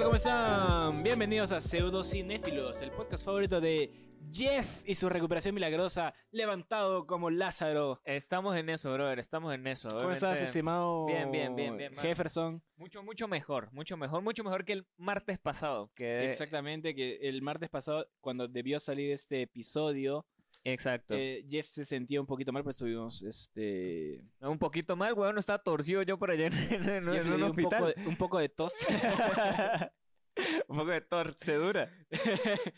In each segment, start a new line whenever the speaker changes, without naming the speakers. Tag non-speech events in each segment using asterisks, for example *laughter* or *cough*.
¿Cómo están? Bienvenidos a Pseudocinéfilos, el podcast favorito de Jeff y su recuperación milagrosa, levantado como Lázaro.
Estamos en eso, brother. Estamos en eso.
¿Cómo estás,
Obviamente,
estimado
Bien, bien, bien, bien, man.
Jefferson?
Mucho, mucho mejor. Mucho mejor. Mucho mejor que el martes pasado. Que
Exactamente, que el martes pasado, cuando debió salir este episodio,
Exacto.
eh, Jeff se sentía un poquito mal, pues estuvimos, este...
un poquito mal, weón. No estaba torcido yo por allá en, en- en
Jeff le
un
dio un, poco
hospital.
de, un poco de tos *laughs*
*laughs* un poco de *laughs* torcedura.
y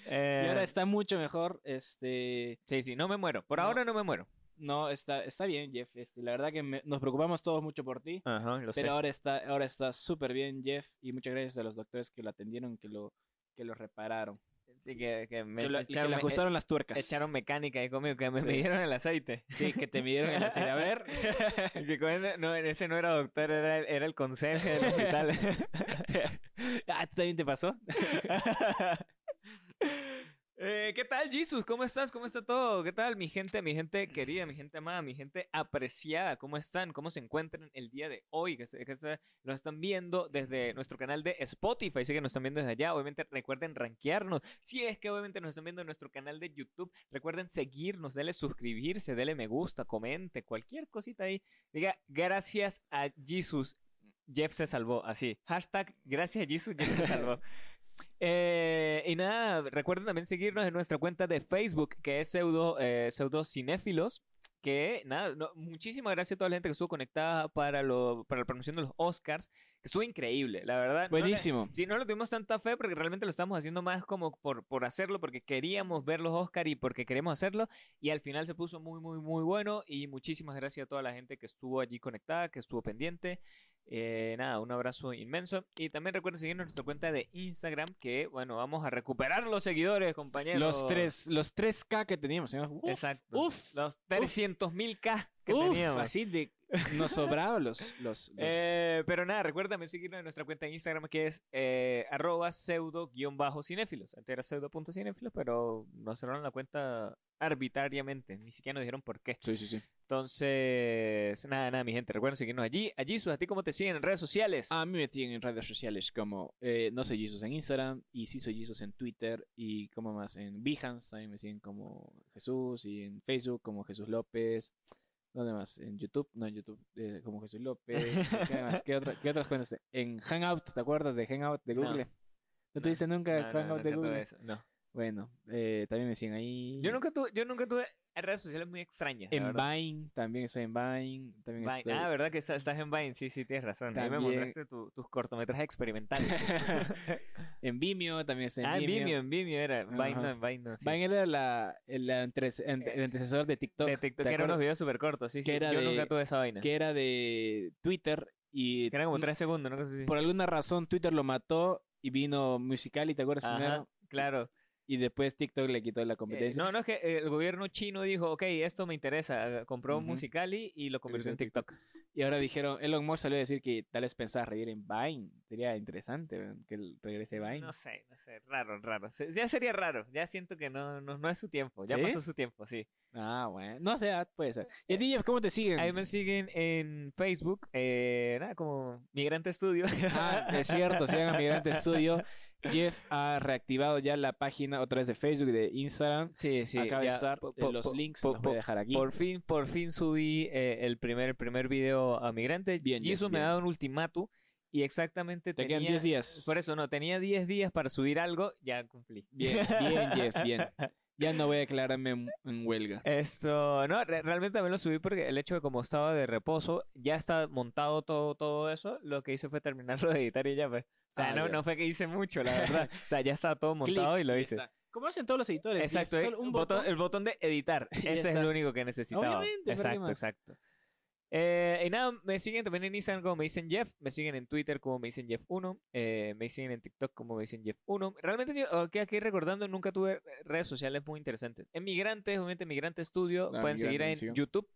Eh,
ahora está mucho mejor, este...
Sí, sí. No me muero. Por
No.
ahora no me muero.
No, está, está bien, Jeff. Este, la verdad que me- nos preocupamos todos mucho por ti.
Ajá, lo
Pero ahora está, ahora está súper bien, Jeff. Y muchas gracias a los doctores que lo atendieron, que lo, que lo repararon.
Sí, que, que me
que lo- y que
echaron,
le ajustaron las tuercas.
me- echaron mecánica ahí conmigo. Que me
Sí.
midieron el aceite.
Sí, que te midieron el *laughs* aceite. A ver.
*laughs* Y que con- no, ese no era doctor, era, el- era el conserje del
*laughs*
hospital.
Ah, ¿tú también te pasó?
Eh, ¿Qué tal, Jesus? ¿Cómo estás? ¿Cómo está todo? ¿Qué tal, mi gente, mi gente querida, mi gente amada, mi gente apreciada? ¿Cómo están? ¿Cómo se encuentran el día de hoy? Que, se- que se- nos están viendo desde nuestro canal de Spotify. Sé que nos están viendo desde allá. Obviamente, recuerden rankearnos. Si es que obviamente nos están viendo en nuestro canal de YouTube, recuerden seguirnos, denle suscribirse, denle me gusta, comente, cualquier cosita ahí. Diga, gracias a Jesus. Jeff se salvó, así. Hashtag gracias a Jesus, Jeff se salvó. Eh, y nada, recuerden también seguirnos en nuestra cuenta de Facebook, que es pseudo, eh, pseudo cinéfilos. Que nada, no, muchísimas gracias a toda la gente que estuvo conectada para, lo, para la promoción de los Oscars, que estuvo increíble, la verdad. No le-
*laughs* Buenísimo.
Sí, no lo tuvimos tanta fe porque realmente lo estamos haciendo más como por, por hacerlo, porque queríamos ver los Oscar y porque queremos hacerlo. Y al final se puso muy, muy, muy bueno. Y muchísimas gracias a toda la gente que estuvo allí conectada, que estuvo pendiente. Eh, nada, un abrazo inmenso. Y también recuerden seguirnos en nuestra cuenta de Instagram, que bueno, vamos a recuperar los seguidores, compañeros.
Los, tres, los 3K que teníamos. ¿no? Uf,
Exacto.
Uf.
Los 300.000K que
uf,
teníamos.
así de... Nos sobraban los... los, *laughs* los-
Eh, pero nada, recuerda también seguirnos en nuestra cuenta en Instagram que es eh, arroba pseudo-cinéfilos. Antes era pseudo.cinéfilos, pero nos cerraron la cuenta arbitrariamente. Ni siquiera nos dijeron por qué.
Sí, sí, sí.
Entonces, nada, nada, mi gente. Recuerden seguirnos allí. Allí, sus, ¿a ti cómo te siguen en redes sociales?
A mí me tienen en redes sociales como eh, No Soy Jesus en Instagram y Sí Soy Jesus en Twitter y como más en Behance también me siguen como Jesús y en Facebook como Jesús López. ¿Dónde más? En YouTube, no en YouTube, eh, como Jesús López. ¿Qué
*laughs*
más? ¿Qué, otra- qué otras cuentas? En Hangout, ¿te acuerdas de Hangout de
No.
Google? ¿No, tuviste nunca
No, no,
Hangout
nunca
de
tuve
Google?
eso, no.
Bueno, eh, también me siguen ahí.
Yo nunca tuve, yo nunca tuve redes sociales muy extrañas. la
En
verdad.
Vine, también estoy en Vine. También
Vine.
estoy- *laughs*
Ah, ¿verdad que está- estás en Vine? Sí, sí, tienes razón. Ahí me
También-
mostraste tu- tus cortometrajes experimentales.
en Vimeo, también estoy *laughs* en
ah, en
Vimeo.
Vimeo, en Vimeo era. Vine no,
Ajá.
en Vine no. sí.
Vine era la, el, antres- ante- el antecesor de TikTok.
de TikTok,
¿te
que eran unos
acuerdas?
videos súper cortos, sí, sí.
Que era
Yo
de-
nunca tuve esa vaina. Que
Que era de Twitter y
eran como tres segundos, ¿no? Cosas así.
por alguna razón Twitter lo mató y vino Musical.ly, ¿te acuerdas
Ajá,
primero?
Claro.
Y después TikTok le quitó la
Eh,
competencia.
no, no, es que eh, el gobierno chino dijo, ok, esto me interesa. Compró
Ujú.
Musicali y lo convirtió en
Convirtió
TikTok.
Y ahora dijeron, Elon Musk salió a decir que tal vez pensaba reír en Vine. Sería interesante weón, que él regrese Vine.
No sé, no sé, raro, raro. Se- Ya sería raro, ya siento que no, no, no es su tiempo, ya
¿Sí?
pasó su tiempo, sí.
Ah, bueno. No sé, ah, puede ser. ¿Y a ti, Jeff, cómo te siguen?
Eh, Ahí me siguen en Facebook, eh, nada, como Migrante Estudio.
Ah,
*laughs*
es cierto, sigan a Migrante Estudio. Jeff ha reactivado ya la página otra vez de Facebook y de Instagram.
sí, sí.
Acaba de
ya,
estar
po-
eh,
po-
los
po-
links,
po-
los voy a dejar aquí.
Por fin, por fin subí eh, el primer, el primer video a migrantes.
Bien,
y eso
Jeff,
me ha
bien.
dado un ultimátum y exactamente
Te
tenía,
quedan 10 días.
Por eso no, tenía 10 días para subir algo, ya cumplí. *laughs*
Bien, bien, Jeff, *laughs* bien. Ya no voy a declararme en, en huelga.
Esto, no, re- realmente también lo subí porque el hecho de como estaba de reposo, ya está montado todo, todo eso, lo que hice fue terminarlo de editar y ya pues. O sea,
Ah,
no,
ya.
no fue que hice mucho, la
*laughs*
verdad. O sea, ya estaba todo montado y lo hice.
Como hacen todos los editores.
Exacto,
Jeff,
eh,
solo un
un
botón.
botón- el botón de
*laughs*
editar. Ese es
está.
lo único que necesitaba.
Obviamente, ¿para qué
exacto,
más?
exacto. Eh, y nada, me siguen también en Instagram como me dicen Jeff, me siguen en Twitter como me dicen Jeff1, eh, me siguen en TikTok como me dicen Jeff1. Realmente yo aquí, aquí recordando, nunca tuve redes sociales muy interesantes. En Migrantes, obviamente Migrante Studio,
Ah,
pueden seguir
Migrante,
en
me siguen.
YouTube.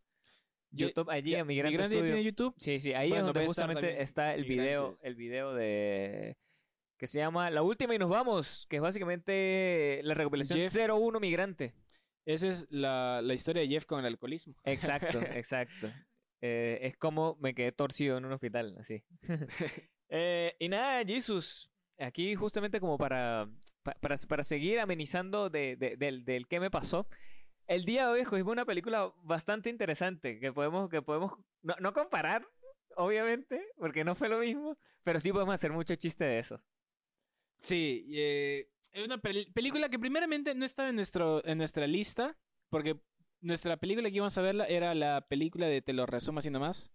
Ye-
YouTube allí
ya,
en Migrante,
Migrante ya
Studio.
tiene YouTube.
Sí, sí, ahí
Bueno,
es donde
puede estar
justamente
también
está el
Migrante.
video, el video de que se llama La última y nos vamos, que es básicamente la recopilación
Jeff.
01 migrante.
Esa es la, la historia de Jeff con el alcoholismo.
*laughs* Exacto, exacto. Eh, *laughs* es como me quedé torcido en un hospital, así. Eh, y nada, Jesus, aquí justamente como para, pa- para, para seguir amenizando de- de- del, del qué me pasó, el día de hoy escogimos una película bastante interesante que podemos, que podemos no, no comparar, obviamente, porque no fue lo mismo, pero sí podemos hacer mucho chiste de eso.
Sí, y, eh, es una pel- película que primeramente no estaba en, nuestro, en nuestra lista, porque nuestra película que íbamos a verla era la película de Te lo resumo así nomás,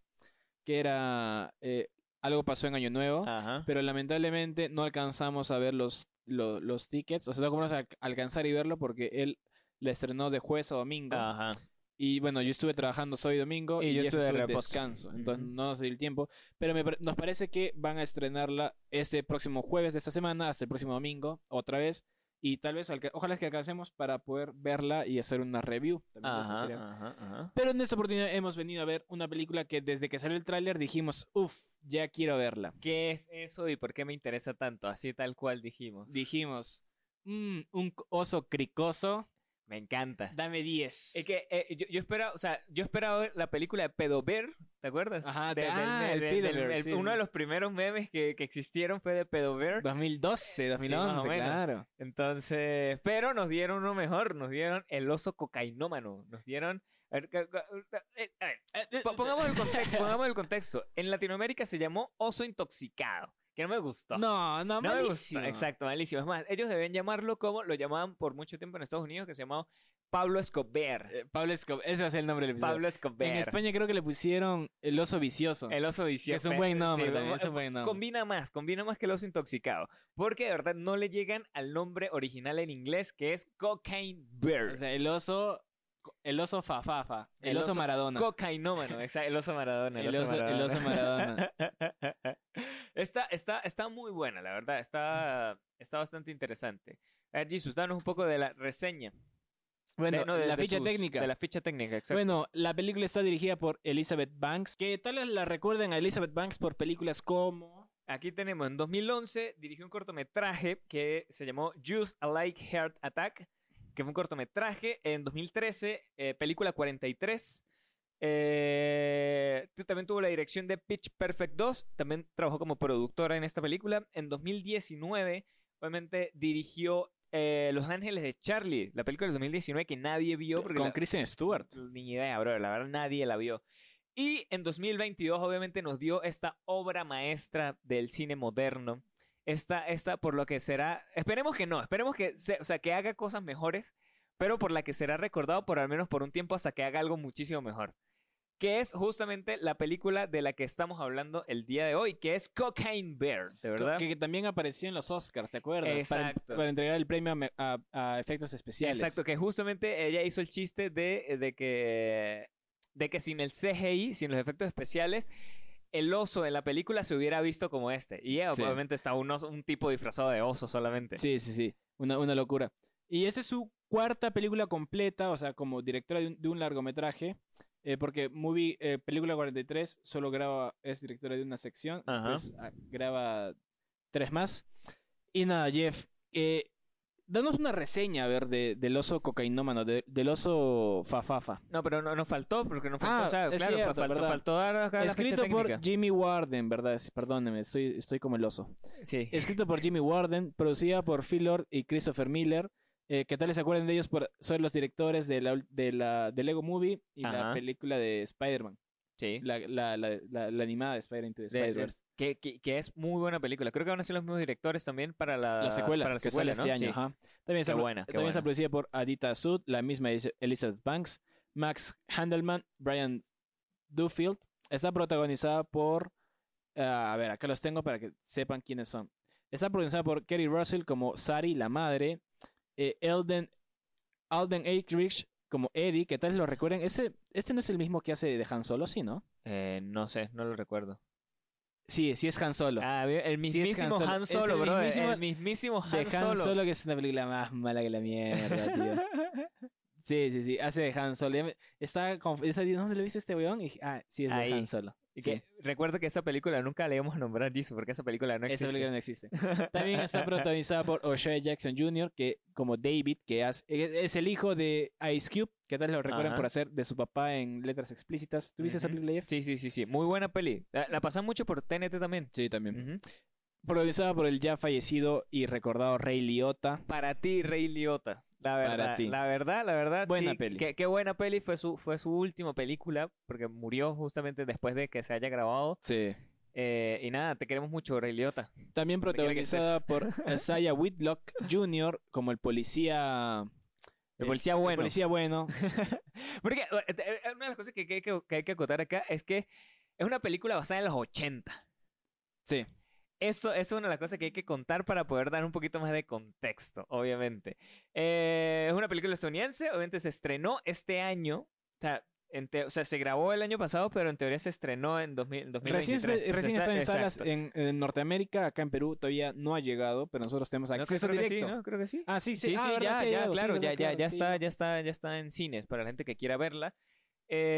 que era eh, Algo pasó en Año Nuevo,
Ajá.
pero lamentablemente no alcanzamos a ver los, lo- los, tickets, o sea, no alcanzamos a alc- alcanzar y verlo porque él la estrenó de jueves a domingo.
Ajá.
Y bueno, yo estuve trabajando sábado y domingo
Ah. Y
y,
yo
yo
estuve de
estuve de
reposo.
descanso. Entonces
Ujú.
no nos dio el tiempo. Pero me pare- nos parece que van a estrenarla este próximo jueves de esta semana hasta el próximo domingo, otra vez. Y tal vez, alca- ojalá que alcancemos para poder verla y hacer una review. También de esta serie.
ajá, ajá.
Pero en esta oportunidad hemos venido a ver una película que desde que salió el tráiler dijimos, uff, ya quiero verla.
¿Qué es eso y por qué me interesa tanto? Así tal cual dijimos.
Dijimos, "Mm, un c- oso cricoso,
Me encanta.
dame 10.
Es que eh, yo, yo esperaba, o sea, yo esperaba ver la película de Pedover, ¿te acuerdas?
Ajá,
De-
de-
del-
ah,
del-
el
del- del-
Pedover,
el-
sí, sí.
Uno de los primeros memes que, que existieron fue de Pedover.
2012,
más o
2011,
menos.
claro.
Entonces, pero nos dieron uno mejor, nos dieron el oso cocainómano, nos dieron... A ver, ca- ca- eh, a ver, eh, po- pongamos el
*laughs*
contexto, pongamos el contexto. En Latinoamérica se llamó oso intoxicado, que no me gustó.
No, no,
eh, No me gustó,
malísimo.
exacto, malísimo. Es más, ellos debían llamarlo como lo llamaban por mucho tiempo en Estados Unidos, que se llamaba Pablo Escobar.
Eh, Pablo Escobar, ese va a ser el nombre del episodio.
Pablo Escobar.
En España creo que le pusieron El oso vicioso.
El oso
que
vicioso.
es un
pe-
buen nombre
sí,
también,
eh,
es un buen nombre.
Combina más, combina más que el oso intoxicado. Porque de verdad no le llegan al nombre original en inglés, que es Cocaine Bear.
O sea, el oso el oso fafafa, el,
El
oso
oso
Maradona.
Cocainómano,
*laughs*
exacto, el oso Maradona.
El oso- el oso
*laughs* está, está, está muy buena, la verdad. Está, está bastante interesante. A ver, Jesus, danos un poco de la reseña.
bueno,
de, no, de-
la
de
ficha
sus-
técnica.
De la ficha técnica, exacto.
Bueno, la película está dirigida por Elizabeth Banks, que tal vez la recuerden a Elizabeth Banks por películas como
Aquí tenemos, en 2011 dirigió un cortometraje que se llamó Just Like Heart Attack, que fue un cortometraje. En 2013, eh, película 43. Eh, tu- también tuvo la dirección de Pitch Perfect 2. También trabajó como productora en esta película. En 2019, obviamente, dirigió eh, Los Ángeles de Charlie, la película del 2019 que nadie vio. Porque
con
la-
Kristen Stewart.
ni idea, bro. La verdad, nadie la vio. Y en 2022, obviamente, nos dio esta obra maestra del cine moderno. Esta, esta por lo que será. Esperemos que no, esperemos que, se- o sea, que haga cosas mejores, pero por la que será recordado por al menos por un tiempo hasta que haga algo muchísimo mejor. Que es justamente la película de la que estamos hablando el día de hoy, que es Cocaine Bear, ¿de verdad?
Que, que también apareció en los Oscars, ¿te acuerdas? Para-
Exacto.
Para, entregar el premio a me- a, a efectos especiales.
Exacto, que justamente ella hizo el chiste de, eh, de que de que sin el CGI, sin los efectos especiales, el oso en la película se hubiera visto como este. Y ella,
Sí.
obviamente está un, oso- un tipo disfrazado de oso solamente.
Sí, sí, sí. Una, una locura. Y esa es su cuarta película completa, o sea, como directora de un, de un largometraje. eh, porque Movie, eh, película 43, solo graba, es directora de una sección.
Ajá.
Pues ah, graba tres más. Y nada, Jeff, eh, danos una reseña, a ver, de- del oso cocainómano, de- del oso fafafa.
No, pero no, nos faltó, porque no faltó.
Ah,
o sea,
es
claro, fa-
cierto,
faltó,
¿verdad?
faltó dar acá la ficha
Escrito por
técnica.
Jimmy Warden, ¿verdad? Sí, Perdóneme, estoy, estoy como el oso.
Sí.
escrito por Jimmy Warden, producida por Phil Lord y Christopher Miller. eh, que tal vez se acuerden de ellos por son los directores de la, ul- de la de Lego Movie y
Ajá.
la película de Spider-Man,
sí.
la, la, la, la- la animada de Spider-Man to the
De- de-
Spider-Verse.
que, que- que es muy buena película. Creo que van a ser los mismos directores también para la,
La secuela,
para la
que
secuela,
sale
¿no?
este año.
Sí.
ajá. También,
Qué
está,
buena, qué
también está
buena.
producida por Adita Sud, la misma Elis- Elizabeth Banks, Max Handelman, Brian Dufield. Está protagonizada por. ah, a ver, acá los tengo para que sepan quiénes son. Está protagonizada por Kerry Russell como Sari, la madre. eh, Elden, Alden Eichrich como Eddie, que tal vez lo recuerden. Ese, este no es el mismo que hace de Han Solo, ¿sí, no?
Eh, no sé, no lo recuerdo.
Sí, sí es Han Solo.
Ah, bien, el
Sí, es
mismísimo
Han Solo.
Han
Es
Solo,
el
bro. El mismísimo,
mismísimo-
Han,
de Han
Solo.
Solo.
*laughs*
que es una película más mala que la mierda, tío. Sí, sí, sí, hace de Han Solo. Ya me- Estaba conf- estaba diciendo, ¿dónde lo viste este weón? Y dije, ah, sí, es de
Ahí.
Han Solo.
Y que
Sí.
recuerda que esa película nunca la íbamos a nombrar Jisoo porque esa película no
Esa
existe.
película no
*laughs*
existe. También está protagonizada por O'Shea Jackson Jr., que como David, que hace- e- es el hijo de Ice Cube, que tal lo recuerdan
Ajá.
por hacer de su papá en letras explícitas. ¿Tuviste esa
Ujú.
película, Jeff?
Sí, sí, sí, sí. Muy buena peli. La, la pasan mucho por TNT también.
Sí, también.
Ujú.
Protagonizada por el ya fallecido y recordado Rey Liotta.
Para ti, Rey Liotta. La verdad,
Para ti.
la verdad, la verdad.
Buena
sí,
peli.
Qué, qué buena peli. Fue su, fue su última película porque murió justamente después de que se haya grabado.
Sí.
Eh, y nada, te queremos mucho, Rey Liotta.
También
quiera que
protagonizada
estés.
por
*laughs*
Isaiah Whitlock Jr. como el policía.
El
eh,
policía bueno.
policía
*laughs*
bueno.
Porque eh, eh, una de las cosas que, que hay que- que hay que acotar acá es que es una película basada en los 80.
Sí.
Esto, esto es una de las cosas que hay que contar para poder dar un poquito más de contexto, obviamente. Eh, es una película estadounidense, obviamente se estrenó este año. O sea, en te- o sea, se grabó el año pasado, pero en teoría se estrenó en 2000,
Recién,
2023.
se-
O sea,
recién está en salas eh,
exacto.
en, en Norteamérica, acá en Perú todavía no ha llegado, pero nosotros tenemos
No,
acceso
creo que sí,
directo.
¿no? Creo que sí.
Ah, sí, sí,
Sí, sí,
Ah, verdad,
ya,
sí ha
ya,
llegado, sí,
claro,
verdad,
ya, ya, ya
sí.
está, ya está, ya está en cines para la gente que quiera verla.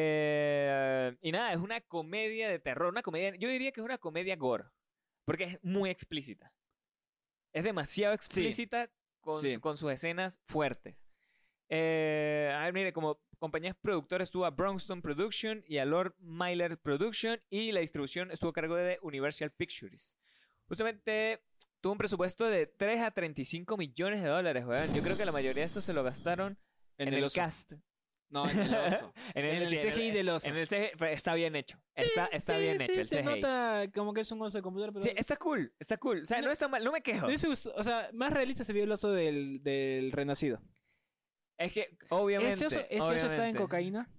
Eh, y nada, es una comedia de terror, una comedia, yo diría que es una comedia gore, porque es muy explícita. Es demasiado explícita con,
sí.
su- con sus escenas fuertes. Eh, a ver, mire, como compañías productoras estuvo a Brownstone Production y a Lord Myler Production y la distribución estuvo a cargo de Universal Pictures. Justamente tuvo un presupuesto de 3 a 35 millones de dólares, weón. Yo creo que la mayoría de eso se lo gastaron en, el,
oso.
cast.
No, en el oso.
En
en el
sí,
CGI del oso.
En el CGI, pero está bien hecho. Está, *laughs* está bien
Sí,
hecho
sí,
el
se
CGI.
nota como que es un oso de computador, pero...
Sí, está cool, está cool. O sea, no,
No-
está mal, no me quejo.
Me hubiese gustado- o sea, más realista se vio el oso del, del renacido.
Es que, obviamente.
¿Ese oso, ese oso está en
obviamente,
cocaína?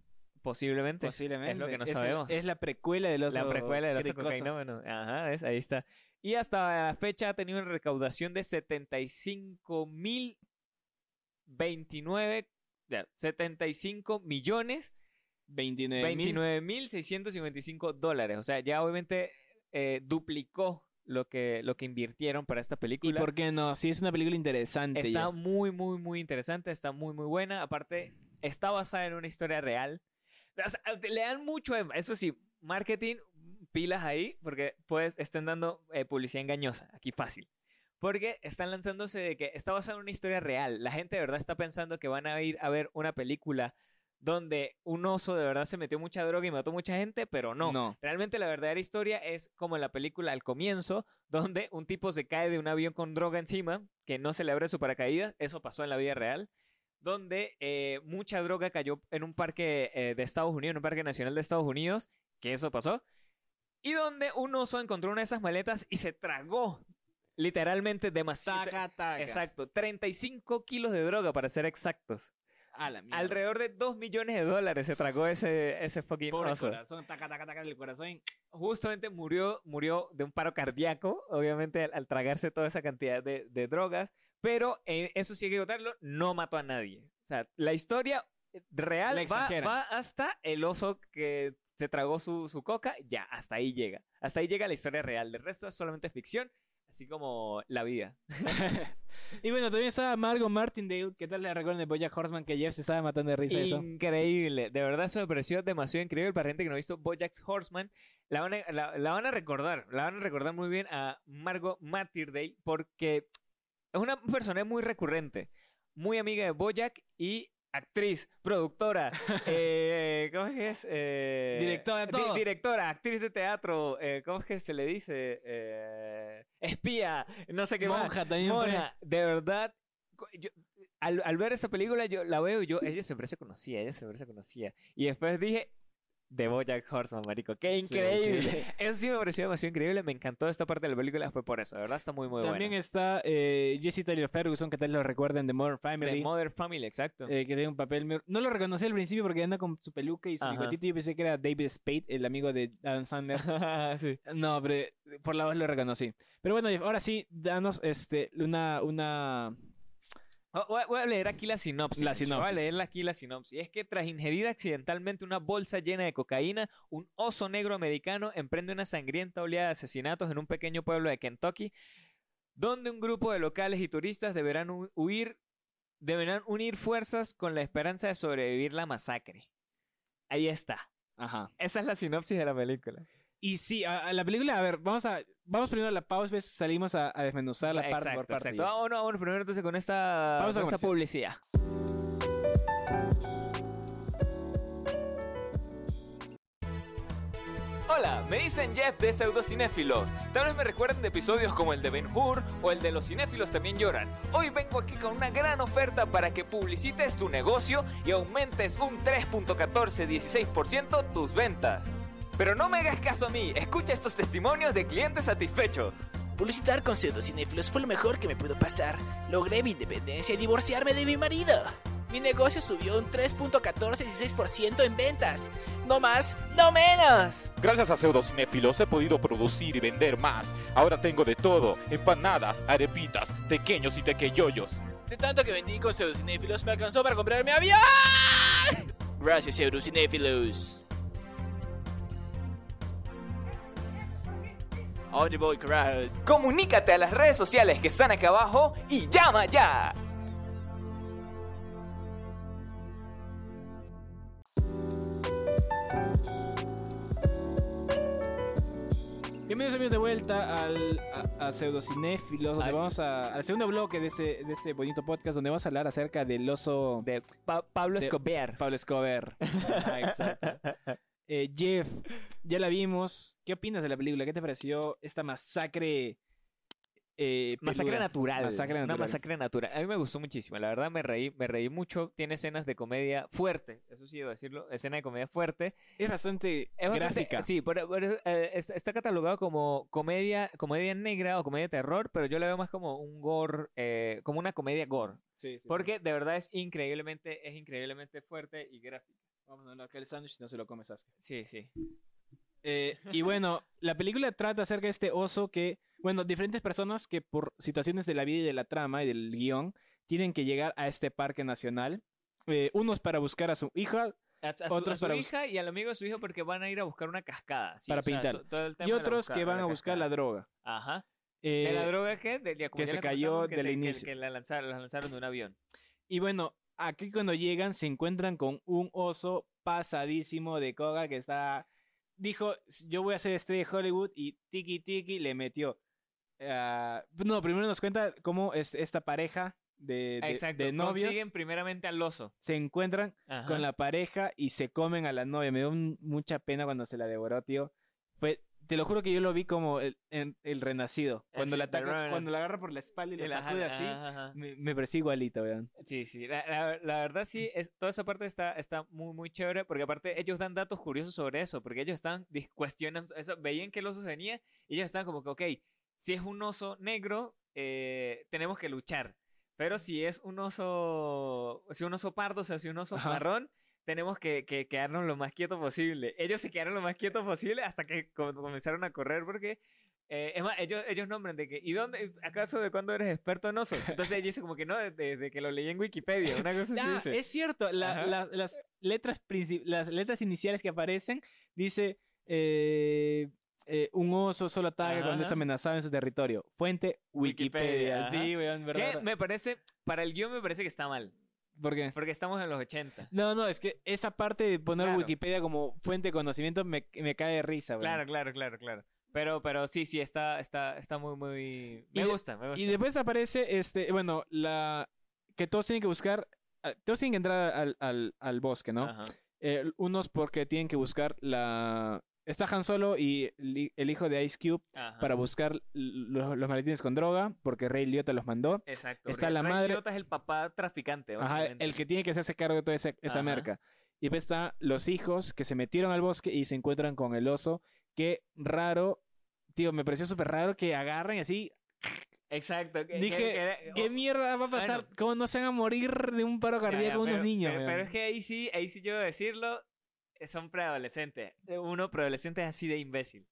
Posiblemente.
Posiblemente.
Es lo que no
Es el-
sabemos.
Es la precuela del oso
La precuela de los
cricoso.
cocainómanos. Ajá, ¿ves? ahí está. Y hasta la fecha ha tenido una recaudación de 75 mil 29 ya, 75 millones
29 Eh, mil.
29 mil 655 dólares. O sea, ya obviamente eh, duplicó lo que, lo que invirtieron para esta
¿Y
película.
por qué no? Sí, es una película interesante.
Está
ya.
muy, muy, muy interesante, está muy, muy buena. Aparte, está basada en una historia real. O sea, le dan mucho, em- eso sí, marketing, pilas ahí, porque pues estén dando eh, publicidad engañosa, aquí fácil. Porque están lanzándose de que está basada en una historia real. La gente de verdad está pensando que van a ir a ver una película donde un oso de verdad se metió mucha droga y mató mucha gente, pero no.
No.
Realmente la verdadera historia es como en la película al comienzo, donde un tipo se cae de un avión con droga encima, que no se le abre su paracaídas, eso pasó en la vida real, donde eh, mucha droga cayó en un parque eh, de Estados Unidos, en un parque nacional de Estados Unidos, que eso pasó, y donde un oso encontró una de esas maletas y se tragó literalmente demasiado. Exacto, 35 kilos de droga para ser exactos.
A la mierda.
Alrededor de 2 millones de dólares se tragó ese, ese fucking
Pobre
oso
corazón. Taca, taca, taca del corazón. ¡ah!
justamente murió, murió de un paro cardíaco, obviamente al, al tragarse toda esa cantidad de, de drogas, pero eh, eso sí hay que contarlo, no mató a nadie. O sea, la historia eh, real
La
va,
exageran.
va hasta el oso que se tragó su, su coca, ya, hasta ahí llega. Hasta ahí llega la historia real, el resto es solamente ficción, así como la vida.
Y bueno, también estaba Margot Martindale. ¿Qué tal le recuerdan de Boya Horseman que Jeff se estaba matando de risa eso?
Increíble, de verdad eso me pareció demasiado increíble para gente que no ha visto Bojack Horseman. La van, a, la, la van a recordar, la van a recordar muy bien a Margot Martindale porque es una persona muy recurrente, muy amiga de Bojack y actriz,
*laughs*
productora, eh, ¿cómo es que es? Eh,
Directora,
di-
todo.
directora, actriz de teatro, eh, ¿cómo es que se le dice? Eh, espía, no sé qué más.
Monja también. fue.
Mona, de verdad, co- yo- al, al ver esta película, yo la veo y yo, ella siempre se conocía, ella siempre se conocía. Y después dije, The Bojack Horseman, marico, qué
Sí, sí.
increíble. Eso sí me pareció demasiado increíble, me encantó esta parte de la película, fue por eso, de verdad está muy, muy
También
buena.
está eh, Jesse Taylor Ferguson. ¿Qué tal lo recuerdan de Modern
The
Family?
Mother Family, exacto.
eh, que tiene un papel. muy- No lo reconocí al principio porque anda con su peluca y su
Ajá.
bigotito. Yo pensé que era David Spade, el amigo de Adam *laughs* Sandler.
sí.
No, pero eh, por la voz lo reconocí. Pero bueno, Jeff, ahora sí, danos este una, una
Voy- Voy voy a leer aquí la sinopsis.
La
Nacho. Voy a
sinopsis.
leer aquí la sinopsis. Es que tras ingerir accidentalmente una bolsa llena de cocaína, un oso negro americano emprende una sangrienta oleada de asesinatos en un pequeño pueblo de Kentucky, donde un grupo de locales y turistas deberán hu- huir, deberán unir fuerzas con la esperanza de sobrevivir la masacre. Ahí está.
ajá.
Esa es la sinopsis de la película.
Y sí, a, a la película, a ver, vamos a vamos primero a la pausa, ves, salimos a, a desmenuzar la parte
exacto,
por parte.
exacto.
Jeff.
Vámonos, vámonos primero entonces con esta,
Pausa
con esta
comercial.
publicidad. Hola, me dicen Jeff de Pseudocinéfilos. Tal vez me recuerden de episodios como el de Ben Hur o el de Los Cinéfilos también lloran. Hoy vengo aquí con una gran oferta para que publicites tu negocio y aumentes un 3.1416% tus ventas. Pero no me hagas caso a mí, escucha estos testimonios de clientes satisfechos.
Publicitar con pseudocinéfilos fue lo mejor que me pudo pasar. Logré mi independencia y divorciarme de mi marido. Mi negocio subió un 3.1416% en ventas. No más, no menos.
Gracias a pseudocinéfilos he podido producir y vender más. Ahora tengo de todo: empanadas, arepitas, pequeños y tequeyoyos.
De tanto que vendí con pseudocinéfilos me alcanzó para comprarme avión. Gracias, pseudocinéfilos. ¿A dónde voy, carajo?
Comunícate a las redes sociales que están acá abajo y llama ya.
Bienvenidos amigos de vuelta al, a, a Pseudocinéfilos, donde
Al-
vamos a- al segundo bloque de este, de este bonito podcast, donde vamos a hablar acerca del oso
De Pablo
De-
Escobar.
Pablo
*laughs*
Escobar. Ah, exacto. Eh, Jeff, ya la vimos. ¿Qué opinas de la película? ¿Qué te pareció esta masacre? eh,
Masacre
peluda?
natural.
Masacre natural.
Una masacre natural. A mí me gustó muchísimo. La verdad me reí, me reí mucho. Tiene escenas de comedia fuerte. Eso sí debo decirlo. Escena de comedia fuerte.
Es bastante
Es bastante-
gráfica.
Sí, pero, pero, eh, es- está catalogado como comedia, comedia negra o comedia de terror, pero yo la veo más como un gore, eh, como una comedia gore.
Sí, sí, sí.
Porque de verdad es increíblemente, es increíblemente fuerte y gráfica.
Vamos a darle acá el sándwich no se lo come Sasuke.
Sí, sí.
Eh,
*laughs*
y bueno, la película trata acerca de este oso que, bueno, diferentes personas que por situaciones de la vida y de la trama y del guión tienen que llegar a este parque nacional. Eh, unos para buscar a su hija
A, a su- a
Otros
su,
para bus-
hija y al amigo de su hijo porque van a ir a buscar una cascada. ¿sí?
Para
O sea,
pintar.
to- todo el tema
y
de la
otros
busca-
que
de
van a buscar la
cascada.
droga.
Ajá.
Eh,
¿De la droga qué? De, de- como
que
ya
se
la
cayó
comentamos, que
del
se- que-
inicio.
Que la lanzaron, la lanzaron de un avión.
Y bueno, aquí cuando llegan se encuentran con un oso pasadísimo de coga que está... Dijo, "S- yo voy a hacer estrella de Hollywood y tiki tiki le metió. Ah, no, primero nos cuenta cómo es esta pareja de, de-
Exacto.
de novios
Consiguen primeramente al oso.
se encuentran
Ajá.
con la pareja y se comen a la novia. Me dio un- mucha pena cuando se la devoró, tío. Fue, te lo juro que yo lo vi como el, en- el renacido. Cuando
Así,
la,
the
ataca,
Revenant.
cuando la agarra por la espalda y la
Y la-
sacude
ajá,
así,
ajá, ajá.
me, me pareció igualito, vean.
Sí, sí. La, la- la verdad sí, es, toda esa parte está, está muy, muy chévere porque aparte ellos dan datos curiosos sobre eso, porque ellos estaban dis- cuestionando eso, veían que el oso venía y ellos estaban como que, ok, si es un oso negro, eh, tenemos que luchar, pero si es un oso, si un oso pardo, o sea, si un oso
Ajá.
marrón, tenemos que, que quedarnos lo más quietos posible. Ellos se quedaron lo más quietos posible hasta que com- comenzaron a correr porque eh, es más, ellos, ellos nombran de que, ¿y dónde, acaso de cuándo eres experto en osos? Entonces ella dice como que no, de- de- desde que lo leí en Wikipedia, una cosa así
Ah,
dice.
es cierto. la-
Ajá.
la- las, letras princip- las letras iniciales que aparecen dice eh, eh, un oso solo ataca cuando es
Ajá.
amenazado en su territorio. Fuente Wikipedia.
Wikipedia,
sí, weón,
Que
¿verdad?
me parece, para el guión me parece que está mal,
¿Por qué?
porque estamos en los 80.
No, no, es que esa parte de poner
Claro.
Wikipedia como fuente de conocimiento me, me cae de risa, weón.
Claro, claro, claro, claro. Pero, pero sí, sí, está, está, está muy, muy...
Y
Me
de-
gusta, me gusta.
Y después aparece, este, bueno, la que todos tienen que buscar, ah, todos tienen que entrar al, al- al bosque, ¿no?
Ajá.
Eh, unos porque tienen que buscar la... Está Han Solo y li- el hijo de Ice Cube
Ajá.
para buscar l- los, los maletines con droga, porque Rey Liotta los mandó.
Exacto.
está
porque
la
Ray
madre-
Liotta es el papá traficante,
Ajá,
básicamente.
el que tiene que hacerse cargo de toda esa, esa
Ajá.
merca. Y después está los hijos que se metieron al bosque y se encuentran con el oso. Qué raro, tío, me pareció súper raro que agarren así.
Exacto. que- que-
Dije,
que era-
¿Qué mierda va a pasar?
Bueno.
¿Cómo no se van a morir de un paro
Ya, ya,
cardíaco unos
pero-
niños?
Pero,
weón?
pero es que ahí sí, ahí sí yo debo decirlo, eh, son preadolescentes. eh, Uno preadolescente es así de imbécil.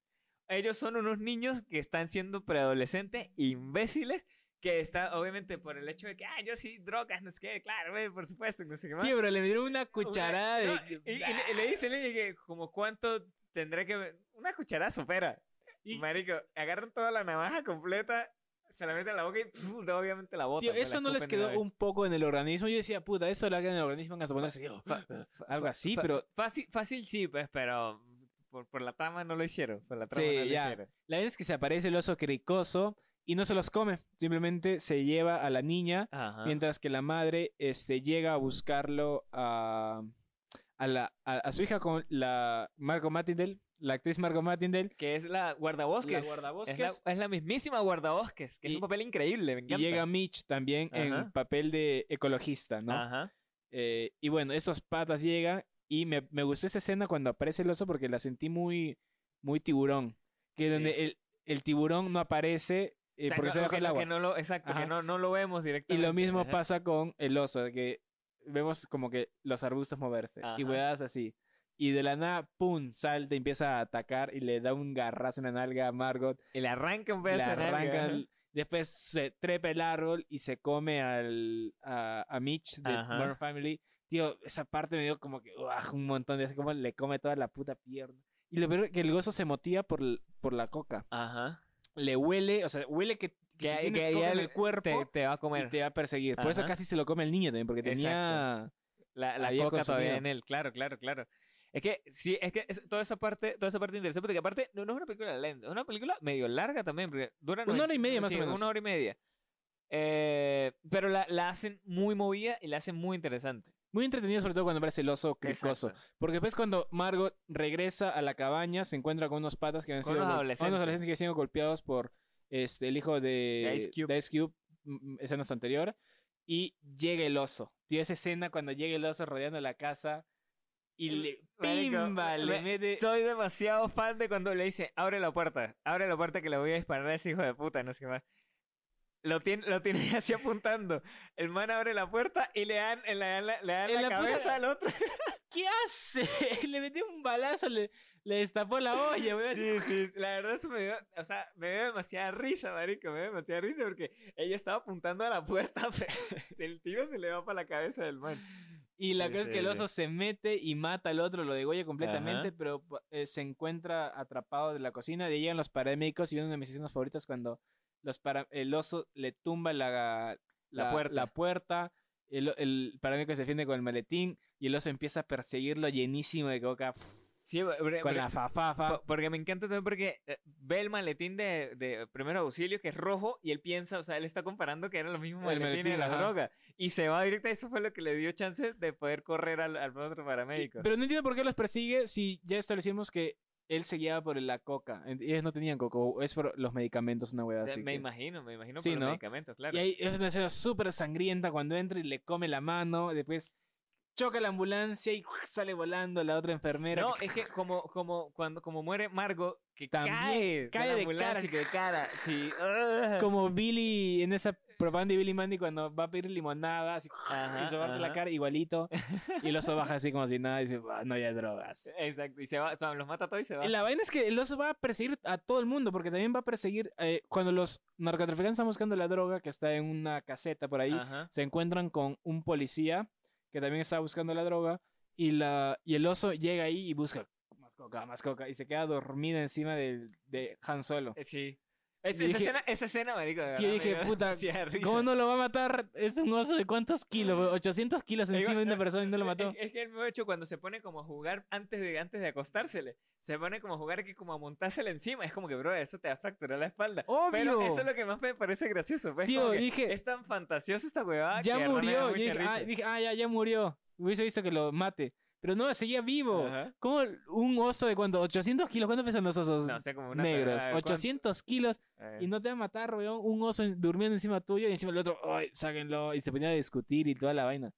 Ellos son unos niños que están siendo preadolescentes imbéciles que está obviamente por el hecho de que ah yo sí drogas no sé qué claro güey, por supuesto no sé qué más
Tío, pero le dieron una
Una-
cucharada de...
no, y, y le, y le dice le dije como cuánto tendré que una cucharada supera
Y-
marico agarran toda la navaja completa se la meten en la boca y pf, obviamente la botan
Tío,
me la
eso no les
escupen de una
quedó
vez.
un poco en el organismo. Yo decía, puta, eso lo hagan en el organismo, van a ponerse oh, algo
Fa-
así,
fa-
pero
Fácil, fácil sí, pues, pero por, por la trama no lo hicieron. Por la trama
Sí,
no lo
ya.
hicieron.
la verdad es que se aparece el oso cricoso y no se los come. Simplemente se lleva a la niña
Ajá.
Mientras que la madre este, llega a buscarlo a, a, la- a- a su hija con la Margot Mattindale, la actriz Margot Martindale,
Que es la guardabosques.
La guardabosques.
Es la, es la mismísima guardabosques, que es
Y-
un papel increíble, me encanta.
y llega Mitch también
Ajá. Ah.
en papel de ecologista, ¿no?
Ajá.
Eh, y bueno, esas patas llega y me, me gustó esa escena cuando aparece el oso porque la sentí muy, muy tiburón. Que
Sí.
donde el, el tiburón no aparece eh,
O sea,
porque
no-
se
o
baja
que
el
no-
agua.
que no lo, exacto, que
Ajá.
no, no lo vemos
Y
directamente.
lo mismo
Ajá.
pasa con el oso, que vemos como que los arbustos moverse y
Ajá.
huevadas así. Y de la nada, pum, salta, empieza a atacar y le da un garrazo en la nalga a Margot.
Y le arranca un
Le
pedazo. de nalga,
arranca,
ajá.
el- después se trepa el árbol y se come al, a, a Mitch de
Ajá.
Modern Family. Tío, esa parte me dio como que ¡guaj! un montón de... como le come toda la puta pierna. Y lo peor es que el gozo se motiva por, l- por la coca.
Ajá.
Le huele, o sea, huele que, que si
Que,
tienes
que
coca
ya
en
el-
el cuerpo
te, te va a
y
comer.
te va a perseguir. Por eso
Ajá.
casi se lo come el niño también, porque tenía...
La, la
había
coca todavía
consumido.
en él, claro, claro, claro. Es que, sí, es que es- toda esa parte, toda esa parte interesante, porque aparte no, no es una película lenta, es una película medio larga también, porque dura
Una
noven-
hora y media, más o
sí,
menos.
Una hora y media. Eh, pero la, la hacen muy movida y la hacen muy interesante.
Muy entretenido, sobre todo cuando aparece el oso cricoso.
Exacto.
Porque después cuando Margot regresa a la cabaña, se encuentra con unos patas que han
Con
sido...
unos
gol-
adolescentes.
unos adolescentes que han sido golpeados por este, el hijo de,
De Ice Cube.
de Ice Cube, mm, mm, escenas anterior. Y llega el oso. Tío, esa escena cuando llega el oso rodeando la casa y le...
Marico,
¡Pimba!
me-
Le mete...
Soy demasiado fan de cuando le dice, abre la puerta, abre la puerta que le voy a disparar a ese hijo de puta, no sé qué más. Lo tiene, lo tiene *laughs* así apuntando. El man abre la puerta y le dan, le dan la, le dan
En la
la
puta-
cabeza al otro.
¿Qué hace? *laughs* le metió un balazo, le, le destapó la olla, weón.
*laughs* Sí, sí, sí, la verdad eso me dio, o sea, me dio demasiada risa, marico, me dio demasiada risa porque ella estaba apuntando a la puerta, *laughs* pero el tiro se le va para la cabeza del man.
Y la
Sí,
cosa es que el
sí,
oso se mete y mata al otro, lo degolla completamente,
Ajá.
pero eh, se encuentra atrapado de la cocina. Y ahí llegan los paramédicos y una de mis escenas favoritas cuando los para- el oso le tumba la,
La puerta.
puerta, el, el paramédico se defiende con el maletín y el oso empieza a perseguirlo llenísimo de coca pff,
Sí,
con la fafafa.
Po- Porque me encanta también porque eh, ve el maletín de, de primer auxilio que es rojo y él piensa, o sea, él está comparando que eran los mismos
El
maletines de
maletín,
la
ajá.
droga. Y se va directo, eso fue lo que le dio chance de poder correr al, al otro
Y-
paramédico.
pero no entiendo por qué los persigue si ya establecimos que él se guiaba por la coca. Ent- Ellos no tenían coca, o es por los medicamentos, una hueá
O sea,
así.
Eh, me
que-
imagino, me imagino
Sí,
por
¿no?
los medicamentos, claro.
Y ahí es una escena súper sangrienta cuando entra y le come la mano, después choca la ambulancia y sale volando la otra enfermera.
No, es que como, como, cuando, como muere Margo, que
También
cae,
cae
la
de cara.
ambulancia, que cara, sí. ah.
Como Billy en esa propaganda de Billy Mandy cuando va a pedir limonada, así, *laughs*
Ajá,
y se parte la
ajá.
cara igualito. Y el oso baja así como si nada y dice, "Ah, no hay drogas.
Exacto, y se va, o sea, los mata a todos y se va.
Y La vaina es que el oso va a perseguir a todo el mundo, porque también va a perseguir, eh, cuando los narcotraficantes están buscando la droga que está en una caseta por ahí,
Ajá.
se encuentran con un policía que también está buscando la droga y, la, y el oso llega ahí y busca más coca, más coca y se queda dormida encima de, de Han Solo.
Eh, Sí. Es-
Yo
esa,
dije-
escena, esa escena, marico, de
Sí, yo
verdad,
dije,
me dio *laughs*
puta,
demasiada risa.
¿Cómo no lo va a matar? Es un oso de cuántos kilos, weón? 800 kilos
Digo,
encima de
eh,
una persona y no lo
Es-
mató.
Es, es que el mismo hecho cuando se pone como a jugar antes de, antes de acostársele, se pone como a jugar que como a montársela encima. Es como que, bro, eso te va a fracturar la espalda. Pero
Obvio.
eso es lo que más me parece gracioso. pues,
Tío,
como que
dije-
Es tan fantasiosa esta huevada. que
Ah, Ya
de verdad me da
murió. Yo
mucha
dije ah,
risa.
dije, ah, ya, ya murió. Hubiese visto que lo mate. Pero no, seguía vivo.
Ajá.
¿Cómo un oso de cuánto? 800 kilos. ¿Cuánto pesan los osos
No, o sea, como una
negros?
perra, ¿cuánto?
800 kilos.
Eh.
Y no te va a matar, weón. Un oso en- durmiendo encima tuyo y encima el otro, ay, sáquenlo. Y se ponía a discutir y toda la vaina.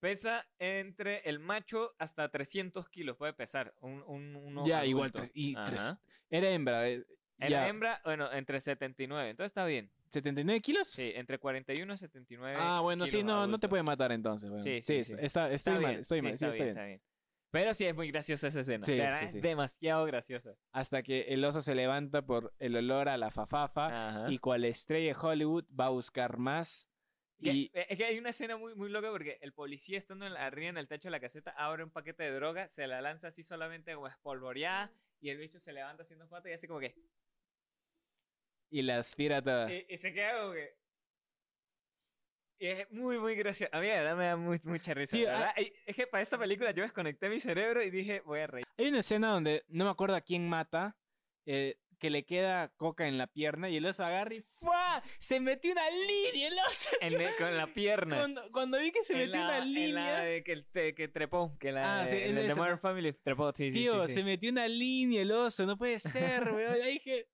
Pesa entre el macho hasta 300 kilos, puede pesar. Un, un- uno
ya, igual.
adulto.
tres- y tres-
Ajá.
Era hembra. eh,
En
ya,
la hembra, bueno, entre 79. Entonces está bien.
¿79 kilos?
Sí, entre 41 y 79.
Ah, bueno, sí,
kilos
no, no
adulto.
te puede matar entonces, weón.
Sí,
Sí,
sí,
sí,
sí.
Está, estoy
Está
mal,
bien,
estoy
sí,
mal, sí, está bien.
Pero sí es muy graciosa esa escena.
Sí,
de
sí,
verdad,
sí.
Es demasiado graciosa.
Hasta que el oso se levanta por el olor a la fafafa
Ajá.
Ah, y cual estrella de Hollywood va a buscar más.
Que-
Y
eh, Es que hay una escena muy, muy loca porque el policía estando en la- arriba en el techo de la caseta abre un paquete de droga, se la lanza así solamente como espolvoreada y el bicho se levanta haciendo patas y hace como que...
y la aspira toda.
Y, y se queda como que... Y es muy, muy gracioso. A mí la verdad me da mu- mucha risa.
Sí, ah,
la verdad. Y Es que para esta película yo desconecté mi cerebro y dije, voy a reír.
Hay una escena donde no me acuerdo a quién mata, eh, que le queda coca en la pierna y el oso agarra y ¡fua! ¡Ah! Se metió una línea, el oso.
En el- con la pierna.
Cuando, cuando vi que se
En
metió
la-
una
en la
línea.
de que, el te- que trepó, que la
Ah,
de,
sí, en
la de
esa.
Modern Family trepó, sí, sí,
Tío,
sí,
se
sí.
metió una línea el oso, no puede ser, weón. Ahí dije,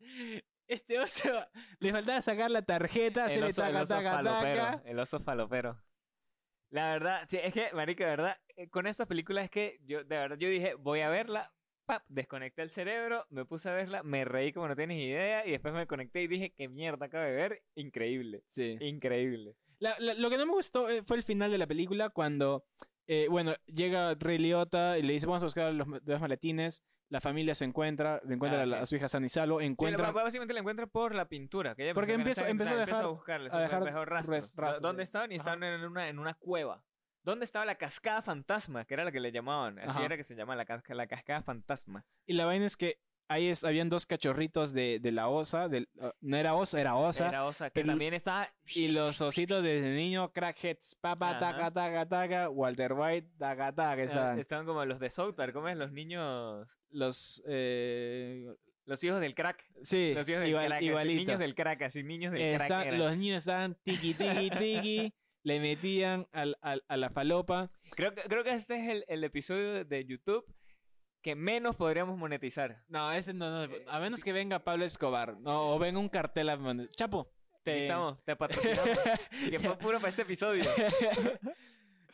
este oso, le faltaba sacar la tarjeta, se
el
le
oso, el
taca,
oso
taca,
falopero,
taca.
el oso falopero. La verdad, sí, es que, marica, de verdad, eh, con esta película es que yo, de verdad, yo dije, voy a verla, pap, desconecté el cerebro, me puse a verla, me reí como no tienes idea, y después me conecté y dije, qué mierda acabo de ver, increíble,
Sí.
increíble.
La- la- lo que no me gustó eh, fue el final de la película cuando, eh, bueno, llega Rey Liotta y le dice, vamos a buscar a los, ma- los maletines. La familia se encuentra, le encuentra
Ah,
a, la-
sí.
a su hija sana y salvo,
Sí, la-
encuentra...
básicamente la encuentra por la pintura. Que ella
Porque
pensó que no
empezó-
sabe-
empezó a
la- empezó
dejar-
buscarle,
a dejar
empezó rastros.
res- rastros.
¿Dónde estaban? Y
Ajá.
estaban en una, en una cueva. ¿Dónde estaba la cascada fantasma? Que era la que le llamaban. Así
Ajá.
era que se llama la, casca- la cascada fantasma.
Y la vaina es que ahí es, habían dos cachorritos de, de la osa, del, ah, no era osa, era osa.
era osa, que
el-
también estaba.
Y los ositos desde niño, crackheads, papa,
Ajá.
taca, taca, taca, Walter White, taca, taca,
eh,
estaban.
Estaban como los de South Park. ¿Cómo es? Los niños.
Los, eh,
Los hijos del crack.
sí,
Los hijos del
igual-
crack. así,
igualito.
niños del crack, así niños del
Esa-
crack. eran.
los niños estaban tiki, *laughs* tiki, tiki, le metían al, al- a la falopa.
Creo, que- creo que este es el, el episodio de YouTube que menos podríamos monetizar.
No, ese no, no, a menos que venga Pablo Escobar, no, o venga un cartel a... mand- Chapo,
Aquí
te...
Estamos,
*laughs*
te patrocinamos. que fue puro para este episodio.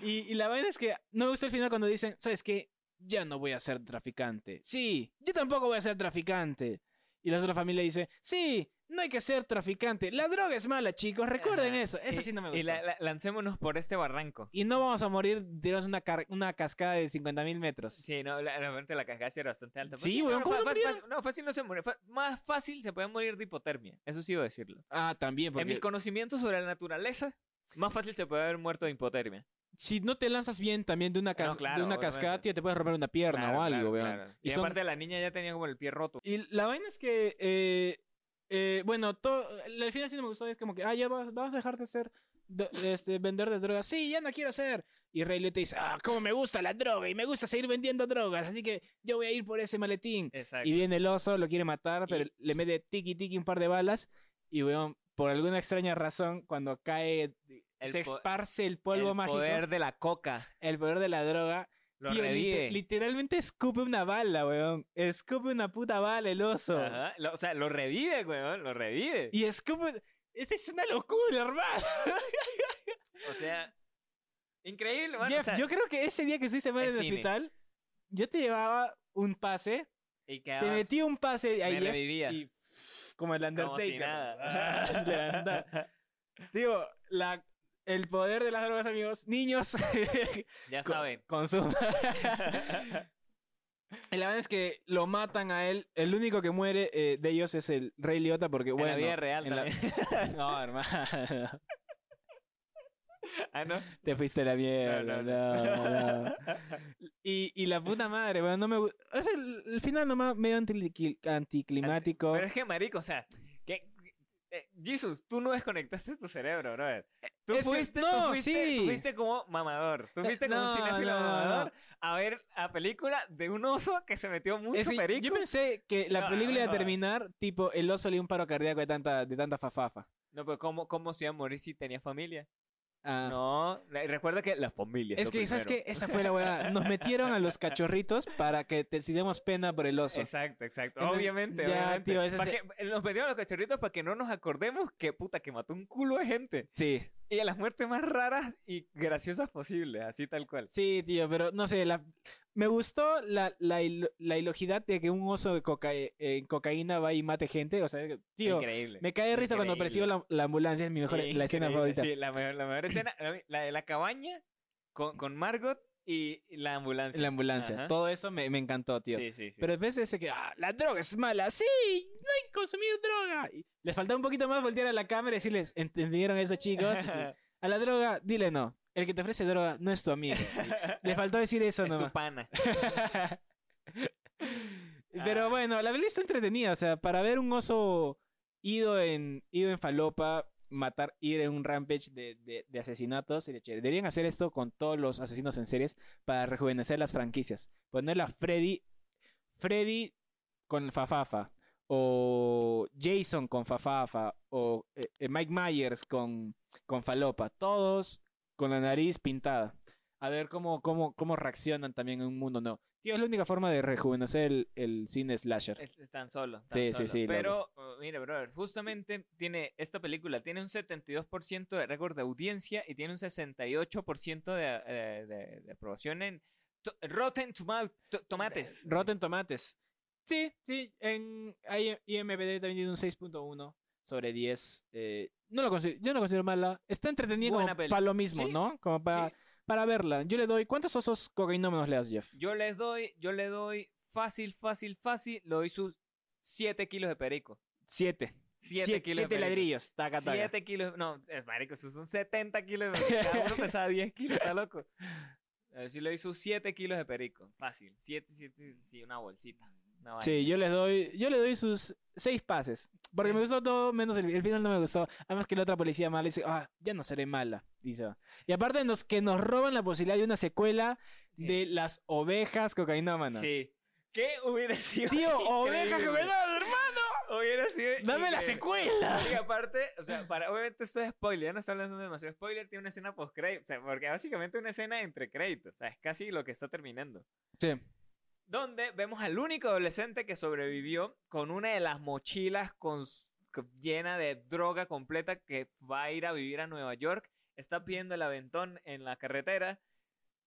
y, y la vaina es que no me gusta el final cuando dicen, ¿sabes qué? Ya no voy a ser traficante. Sí, yo tampoco voy a ser traficante. Y la otra familia dice, sí, no hay que ser traficante. La droga es mala, chicos. Recuerden
Ajá.
eso. Eso
Y-
sí no me
Y
gusta.
la- la- lancémonos por este barranco.
Y no vamos a morir tirados en una, car- una cascada de 50 mil metros.
Sí, no, la, realmente la cascada sí era bastante alta.
Sí, weón,
no,
¿cómo
fa-
no
fa-
murieron?
fácil- no, fácil no se muere. fa- Más fácil se puede morir de hipotermia. Eso sí iba a decirlo.
Ah, también,
En mis conocimientos sobre la naturaleza, más fácil se puede haber muerto de hipotermia.
si no te lanzas bien también de una, cas-
claro,
de una cascada,
obviamente.
tío, te puedes romper una pierna
Claro,
o algo,
claro,
weón.
claro.
Y
Y,
son-
aparte la niña ya tenía como el pie roto.
Y la vaina es que, eh, eh, bueno, todo, al final sí no me gustó, es como que, ah, ya vas, vas a dejar de ser do- este, vendedor de drogas. Sí, ya no quiero ser. Y Rey Liotta dice, ah, cómo me gusta la droga y me gusta seguir vendiendo drogas, así que yo voy a ir por ese maletín.
Exacto.
Y viene el oso, lo quiere matar, pero
Y-
le mete tiki tiki un par de balas y, weón, por alguna extraña razón, cuando cae,
El
se
po-
esparce el
el
polvo mágico,
poder de la coca.
el poder de la droga
Lo
Tío, lite-
revive.
literalmente escupe una bala, weón. Escupe una puta bala el oso.
Ajá, lo- o sea, lo revive, weón. Lo revive.
Y escupe. Esta es una locura,
*laughs*
hermano.
O sea, increíble, weón. o
Jeff,
sea,
yo creo que ese día que estuviste mal
al
en el
cine.
hospital, yo te llevaba un pase,
y
te
quedaba-
metí un pase ahí
Ah. me
Jeff,
revivía.
y pff, como el Undertaker.
Como si
*laughs* Se
nada. *laughs*
levanta. Tío, la, el poder de las drogas, amigos. Niños, *laughs*
Ya
co-
saben. *laughs*
consuman. Y la verdad es que lo matan a él. El único que muere eh, de ellos es el Rey Liotta porque, bueno...
en la vida real
en la-
*laughs*
*laughs*
también.
No, hermano.
ah, no.
Te fuiste a la mierda.
No, no,
No, no. Y, y la puta madre, bueno, no me gusta... O sea, el, el final nomás medio anti- anticlimático.
Pero es que, marico, o sea, que... eh, Jesus, tú no desconectaste tu cerebro, brother. Tú
Eh, Es que-
fuiste,
no,
tú fuiste, tú
sí.
fuiste como mamador. Tú
Eh,
fuiste como
no,
un cinéfilo
no, no, no.
mamador a ver la película de un oso que se metió mucho
Es que
perico.
yo pensé que la
No,
película iba a
no.
terminar tipo el oso le dio un paro cardíaco de tanta, de tanta fafafa.
No, pero ¿cómo, ¿cómo se iba a morir si tenía familia?
Ah.
No, la- recuerda que la familia.
Es
lo
que, ¿sabes qué?
primero.
Esa fue la weá. Nos metieron a los cachorritos para que te si demos pena por el oso.
Exacto, exacto.
Entonces,
obviamente,
ya,
obviamente.
tío, ese
Pa'
es-
que- eh, nos metieron los cachorritos para que no nos acordemos que puta que mató un culo de gente.
Sí.
Y a las muertes más raras y graciosas posibles, así tal cual.
Sí, tío, pero no sé, la... me gustó la, la, il- la ilogidad de que un oso de coca- eh, en cocaína va y mate gente. O sea, tío,
Increíble.
me cae de risa cuando
increíble.
percibo la, la ambulancia, es mi mejor, la escena
Increíble,
favorita.
Sí, la mejor, la mejor escena, a mí, la de la cabaña con, con Margot y la ambulancia.
La ambulancia,
Ajá.
todo eso me, me encantó, tío.
Sí, sí, sí.
Pero después ese que, ah, la droga es mala, sí, no hay que consumir droga. Y les faltaba un poquito más voltear a la cámara y decirles, ¿entendieron eso,
*laughs*
chicos? Y sí, A la droga, dile no. El que te ofrece droga no es tu
*laughs*
amigo. Les faltó decir eso
es tu
nomás.
pana.
Pero
Ah.
bueno, la película está entretenida. O sea, para ver un oso ido en, ido en falopa, matar, ir en un rampage de, de, de asesinatos, sería chévere. Deberían hacer esto con todos los asesinos en series para rejuvenecer las franquicias. Ponerla Freddy, Freddy con Fafafa. o Jason con Fafafa, o eh, eh, Mike Myers con, con Falopa, todos con la nariz pintada. A ver cómo, cómo, cómo reaccionan también en un mundo no. Tío, es la única forma de rejuvenecer el, el cine slasher.
Es- es tan solo. tan
Sí, sí,
solo.
sí, lo
Pero, uh, mira, brother, justamente tiene esta película tiene un 72% de récord de audiencia y tiene un 68% de, eh, de- de aprobación en to- Rotten Toma- to- Tomates.
Rotten Tomates. Sí, sí, en I- IMDb también tiene un 6.1 sobre 10. eh, no lo considero, yo no lo considero mala. Está entretenida
Buena
como
peli.
para lo mismo,
Sí,
¿no? Como para,
Sí,
para verla. Yo le doy, ¿cuántos osos cocainómenos le das, Jeff?
yo les doy, yo le doy fácil, fácil, fácil, le doy sus 7 kilos de perico.
Siete.
7
Siete-
kilos
siete
de perico.
ladrillos. Taca, taca.
7 kilos. No, es marico, esos son 70 kilos. de- Cada uno pesaba 10 kilos, está loco. A ver si lo hizo 7 kilos de perico. Fácil. 7, 7, sí, una bolsita. Una vaina.
Sí, yo les doy, yo le doy sus seis pases. Porque
Sí.
me gustó todo, menos el, el final no me gustó. Además que la otra policía mala dice, ah, ya no seré mala. Y, se va. y aparte nos, que nos roban la posibilidad de una secuela
Sí.
de las ovejas cocainómanas.
Sí. ¿Qué hubiera sido?
Tío,
*laughs* increíble?
ovejas cocainómanas, hermano.
Hubiera sido.
Dame la
increíble.
secuela.
Y aparte, o sea, para, obviamente esto es spoiler, ya no está hablando demasiado spoiler, tiene una escena post crédito, o sea, porque básicamente una escena entre créditos, o sea, es casi lo que está terminando.
Sí.
donde vemos al único adolescente que sobrevivió con una de las mochilas con, s- co- llena de droga completa que va a ir a vivir a Nueva York, está pidiendo el aventón en la carretera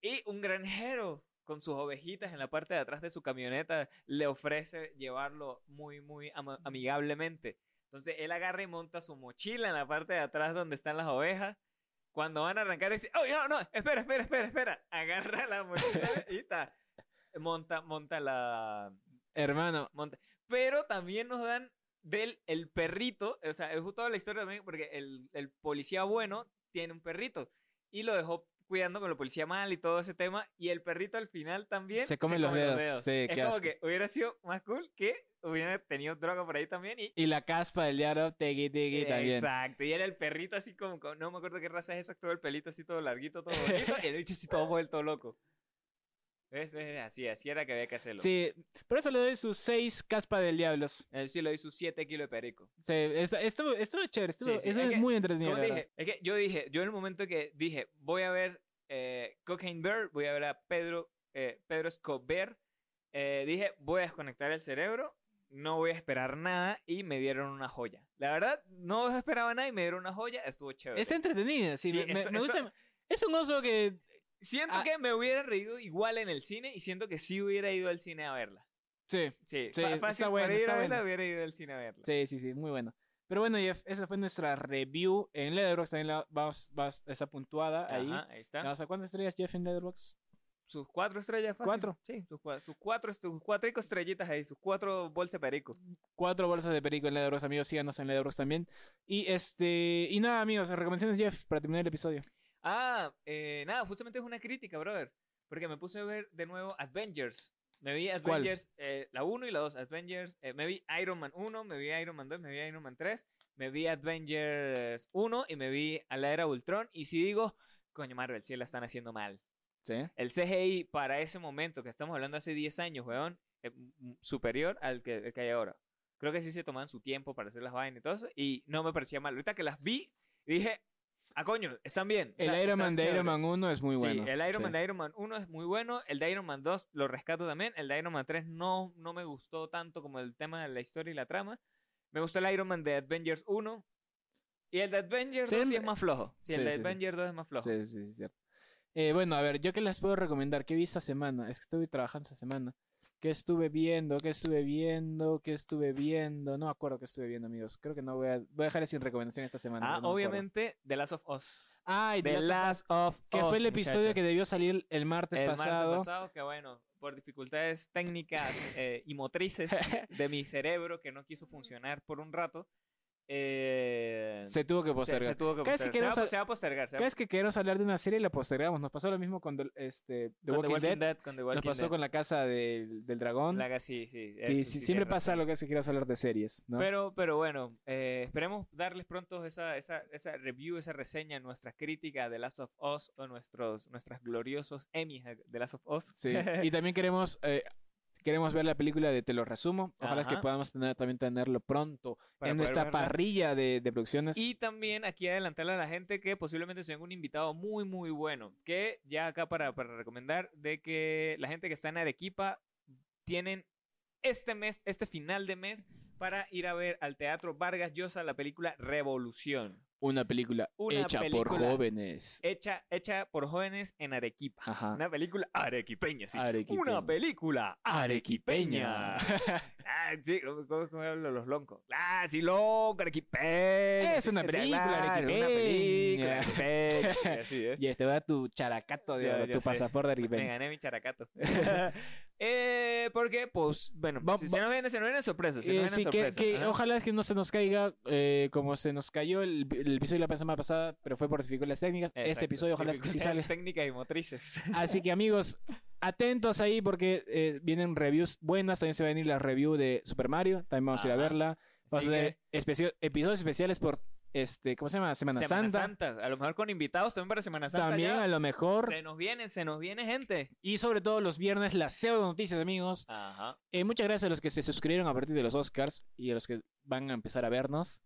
y un granjero con sus ovejitas en la parte de atrás de su camioneta le ofrece llevarlo muy, muy ama- amigablemente. Entonces él agarra y monta su mochila en la parte de atrás donde están las ovejas. Cuando van a arrancar, dice: ¡Oh, no, no! Espera, espera, espera, espera. Agarra la mochila y ta, monta, monta la.
Hermano,
Monta. Pero también nos dan del el perrito. O sea, es toda la historia también, porque el, el policía bueno tiene un perrito. Y lo dejó cuidando con la policía mal y todo ese tema. Y el perrito al final también.
Se come los dedos, sí,
es
qué
como
asco.
que hubiera sido más cool que hubiera tenido droga por ahí también. Y
y la caspa del diario, tegui, tegui, también.
Exacto, y era el perrito así como, con- no me acuerdo qué raza es esa, todo el pelito así todo larguito, todo bonito, y el bicho así todo vuelto loco. ¿Ves? ¿Ves? Así, así era que había que hacerlo.
Sí, por eso le doy sus seis caspa del diablos.
Él sí lo hizo 7 kilos de perico.
Sí, esto, esto, esto es chévere, estuvo-
Sí, sí,
eso
es
es,
que-
muy entretenido.
Como
la
te
verdad.
dije, es que yo dije, yo en el momento que dije, voy a ver eh, Cocaine Bear, voy a ver a Pedro, eh, Pedro Escobar, eh, dije, voy a desconectar el cerebro, no voy a esperar nada, y me dieron una joya. La verdad, no esperaba nada y me dieron una joya, estuvo chévere.
Está entretenida, sí,
Sí,
me, me-
esto-
me gusta.
esto-
Es un oso que
Siento
Ah.
que me hubiera reído igual en el cine y siento que sí hubiera ido al cine a verla.
Sí,
Sí,
Sí,
fa-
está
fácil,
bueno,
para ir
está
a verla
bueno.
hubiera ido al cine a verla.
sí, sí, sí, muy bueno. Pero bueno, Jeff, esa fue nuestra review en Letterboxd. También la vas, vas, está puntuada
Ajá,
ahí.
ahí está.
¿Le vas a cuántas estrellas, Jeff, en Letterboxd?
Sus cuatro estrellas fácil.
¿Cuatro?
Sí, sus, cua- sus cuatro, sus cuatrico estrellitas ahí, sus cuatro bolsas de perico.
Cuatro bolsas de perico en Letterboxd, amigos. Síganos en Letterboxd también. Y este y nada, amigos, recomendaciones, Jeff, para terminar el episodio.
Ah, eh, nada, justamente es una crítica, brother. Porque me puse a ver de nuevo Avengers. Me vi
¿Cuál?
Avengers, eh, la 1 y la 2. Avengers, eh, me vi Iron Man 1, me vi Iron Man 2, me vi Iron Man 3, me vi Avengers 1 y me vi a la era Ultron. Y si digo, coño Marvel, si la están haciendo mal.
Sí.
El CGI para ese momento, que estamos hablando hace 10 años, weón, es m- superior al que, el que hay ahora. Creo que sí se toman su tiempo para hacer las vainas y todo eso. Y no me parecía mal. Ahorita que las vi, dije, ah, coño, están bien. o
El
sea,
Iron
están
Man de
chévere".
Iron Man 1 es muy bueno.
Sí, el Iron Man
Sí.
de Iron Man 1 es muy bueno, el de Iron Man 2 lo rescato también, el de Iron Man 3 no, no me gustó tanto como el tema de la historia y la trama. Me gustó el Iron Man de Avengers 1 y el de Avengers
Sí,
2 sí
el-
es más flojo. Sí,
sí,
el de
sí, sí.
Avengers 2 es más flojo.
Sí, sí, sí, cierto. Eh, bueno, a ver, yo que les puedo recomendar, ¿qué vi esta semana? Es que estuve trabajando esta semana. ¿Qué estuve viendo? ¿Qué estuve viendo? ¿Qué estuve viendo? No me acuerdo qué estuve viendo, amigos. Creo que no voy a, voy a dejarles sin recomendación esta semana.
Ah,
no me acuerdo.
obviamente, The Last of Us.
Ay,
The Last of Us.
que fue el episodio
muchachos.
que debió salir el martes
el
pasado.
martes pasado, que bueno, por dificultades técnicas
*laughs*
eh, y motrices de mi cerebro que no quiso funcionar por un rato, eh,
Se tuvo que
se- se
postergar.
tuvo que
Casi
postergar.
que
Se
no
va a po-
sal-
se va a postergar. se va a
Cada vez que queremos hablar de una serie la postergamos. Nos pasó lo mismo con The- este, The
Con
Walking, Dead.
con The
Nos
Walking
pasó
Dead.
con la casa del, del dragón.
La- sí, sí, eso
Sí, sí,
sí
siempre
tienes
pasa
razón.
lo que hace que queremos hablar de series, ¿no?
Pero, pero bueno, eh, esperemos darles pronto esa, esa, esa review, esa reseña, nuestra crítica de Last of *laughs* Us o nuestros, nuestros gloriosos Emmys de Last of Us.
Sí, Y también queremos eh, Queremos ver la película de Te lo resumo. Ojalá que
Ajá.
podamos tener, también tenerlo pronto
Para
en
poder
nuestra
verla.
parrilla de, de producciones.
Y también aquí adelantarle a la gente que posiblemente sea un invitado muy, muy bueno. Que ya acá para, para recomendar de que la gente que está en Arequipa tienen este mes, este final de mes, para ir a ver al Teatro Vargas Llosa la película Revolución.
una película
Una
hecha por
película.
jóvenes.
Hecha, hecha por jóvenes en Arequipa.
Ajá.
Una película arequipeña, sí.
Ah. Arequipeña.
Una película arequipeña. *laughs* ah, sí, ¿cómo, cómo hablan los loncos? Ah, sí, loco, arequipeña.
Es una
Sí,
película
claro,
arequipeña.
Una película arequipeña. Así
*laughs*
es.
Y este va tu characato de
Ya,
oro,
ya
tu
sé.
pasaporte de
Me
Riven.
gané mi characato. *laughs* eh, porque, pues, bueno,
Va-
si
va-
se nos vienen, se nos vienen sorpresas. Se nos
Eh,
vienen
sí, que,
sorpresas.
que
ajá.
ojalá es que no se nos caiga eh, como se nos cayó el, el episodio la semana pasada, pero fue por dificultades técnicas. Este
Exacto.
episodio ojalá
*laughs*
es que sí
Dificultades
sale.
Técnicas y motrices.
Así que amigos, atentos ahí porque eh, vienen reviews buenas. También se va a venir la review de Super Mario. También vamos a ir a
Ajá.
verla. Vamos
Así
a tener
que,
especio- Pues, eh, episodios especiales por este, ¿cómo se llama? Semana,
Semana
Santa.
Santa. A lo mejor con invitados también para Semana Santa.
También
ya.
a lo mejor.
Se nos viene, se nos viene gente.
Y sobre todo los viernes, las pseudo noticias, amigos.
Ajá.
Eh, muchas gracias a los que se suscribieron a partir de los Oscars y a los que van a empezar a vernos.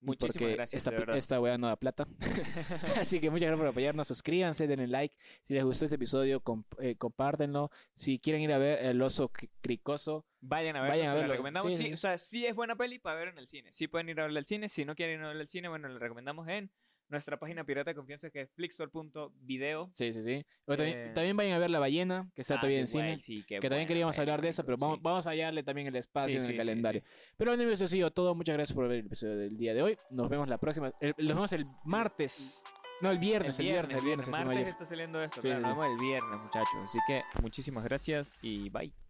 Muchísimas
porque
gracias,
Esta,
de
pl-
verdad.
esta weá no da plata. *laughs* Así que muchas gracias por apoyarnos. Suscríbanse, denle like. Si les gustó este episodio, comp- eh, compártenlo. Si quieren ir a ver El oso cri- cricoso,
Vayan a verlo,
Vayan a
se la
verlo,
recomendamos.
sí,
Sí,
sí.
O sea, sí es buena peli para ver en el cine. Sí pueden ir a verla al cine. Si no quieren ir a verla al cine, bueno, la recomendamos en nuestra página pirata de confianza que es flixstore.video.
sí, sí, sí. O también,
Eh.
también vayan a ver La ballena, que está
Ah,
todavía
qué
en cine.
guay, sí, qué
que también
buena
queríamos
peli,
hablar de esa, pero
marico,
vamos,
sí.
vamos a hallarle también el espacio
Sí,
en el
sí, sí,
calendario.
sí.
Pero bueno, amigos, eso ha sido todo. Muchas gracias por ver el episodio del día de hoy. Nos vemos la próxima. el- nos vemos el martes. No, el viernes, el viernes, el viernes. así no
martes
ayer.
está saliendo esto.
Sí,
claro,
sí,
Nos vemos el viernes, muchachos. Así que muchísimas gracias y bye.